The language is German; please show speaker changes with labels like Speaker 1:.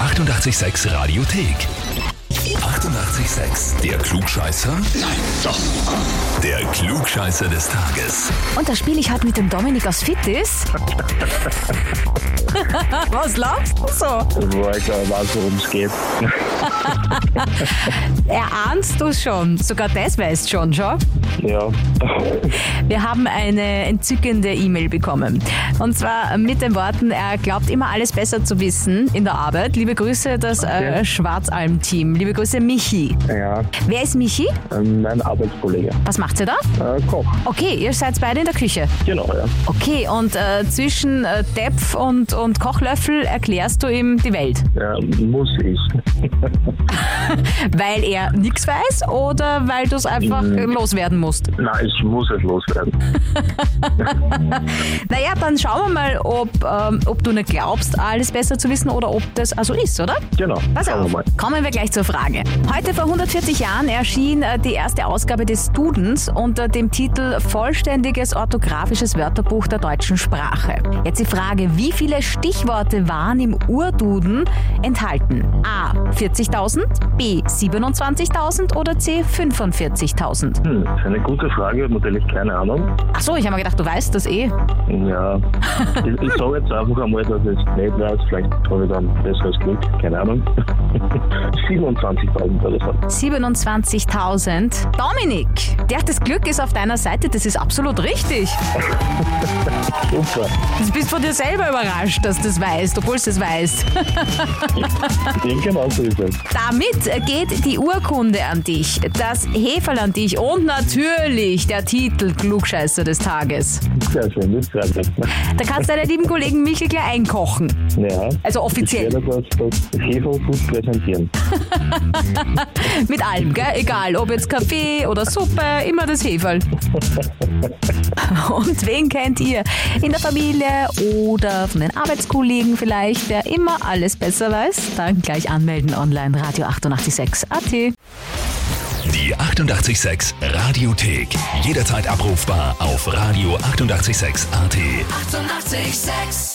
Speaker 1: 886 Radiothek. 88,6. Der Klugscheißer? Nein, doch. Der Klugscheißer des Tages.
Speaker 2: Und da spiele ich halt mit dem Dominik aus Fittis. Was lachst du so?
Speaker 3: Weil ich glaube, weiß, worum es geht.
Speaker 2: Erahnst du schon? Sogar das weißt schon, schau.
Speaker 3: Ja.
Speaker 2: Wir haben eine entzückende E-Mail bekommen. Und zwar mit den Worten, er glaubt immer alles besser zu wissen in der Arbeit. Liebe Grüße, das äh,
Speaker 3: Okay.
Speaker 2: Schwarzalm-Team. Liebe Grüße, Michi.
Speaker 3: Ja,
Speaker 2: Wer ist Michi?
Speaker 3: ähm, mein Arbeitskollege.
Speaker 2: Was macht ihr da?
Speaker 3: Äh, Koch.
Speaker 2: Okay, ihr seid beide in der Küche.
Speaker 3: Genau, ja.
Speaker 2: Okay, und äh, zwischen äh, Tepf und, und Kochlöffel erklärst du ihm die Welt.
Speaker 3: ja muss ich.
Speaker 2: Weil er nichts weiß oder weil du es einfach
Speaker 3: Mhm.
Speaker 2: äh, loswerden musst?
Speaker 3: Nein, ich muss es loswerden.
Speaker 2: Naja, dann schauen wir mal, ob, ähm, ob du nicht glaubst, alles besser zu wissen oder ob das also ist, oder?
Speaker 3: Genau.
Speaker 2: Pass
Speaker 3: schauen wir
Speaker 2: auf,
Speaker 3: mal.
Speaker 2: kommen wir gleich zur Frage. Heute vor 140 Jahren erschien äh, die erste Ausgabe des Dudens unter dem Titel Vollständiges orthografisches Wörterbuch der deutschen Sprache. Jetzt die Frage, wie viele Stichworte waren im Urduden enthalten? A. 40.000, B. 27.000 oder C. 45.000?
Speaker 3: Hm, ist eine gute Frage, natürlich keine Ahnung.
Speaker 2: Ach so, ich habe mir gedacht, du weißt das eh.
Speaker 3: Ja. ich ich sage jetzt einfach einmal, dass ich es nicht weiß. Vielleicht habe ich dann besseres Glück. Keine Ahnung. 27.000 oder so.
Speaker 2: 27.000. Dominik, der, das Glück ist auf deiner Seite, das ist absolut richtig.
Speaker 3: Super.
Speaker 2: Du bist von dir selber überrascht, dass du das weißt, obwohl du das weißt.
Speaker 3: Ich denke mal, genau so ist es.
Speaker 2: Damit geht die Urkunde an dich, das Heferl an dich und natürlich der Titel Klugscheißer des Tages.
Speaker 3: Sehr schön, das freut mich.
Speaker 2: Da kannst du deinen lieben Kollegen Michel gleich einkochen.
Speaker 3: Ja.
Speaker 2: Also offiziell.
Speaker 3: Ich werde das, das Hefo-Food präsentieren.
Speaker 2: Mit allem, gell? Egal, ob jetzt Kaffee oder Suppe, immer das Heferl. Und wen kennt ihr? In der Familie oder von den Arbeitskollegen vielleicht, der immer alles besser weiß? Dann gleich anmelden online, radio 886 AT.
Speaker 1: Die 88,6 Radiothek. Jederzeit abrufbar auf radio886.at. 88,6.
Speaker 4: Eighty-eight, sex.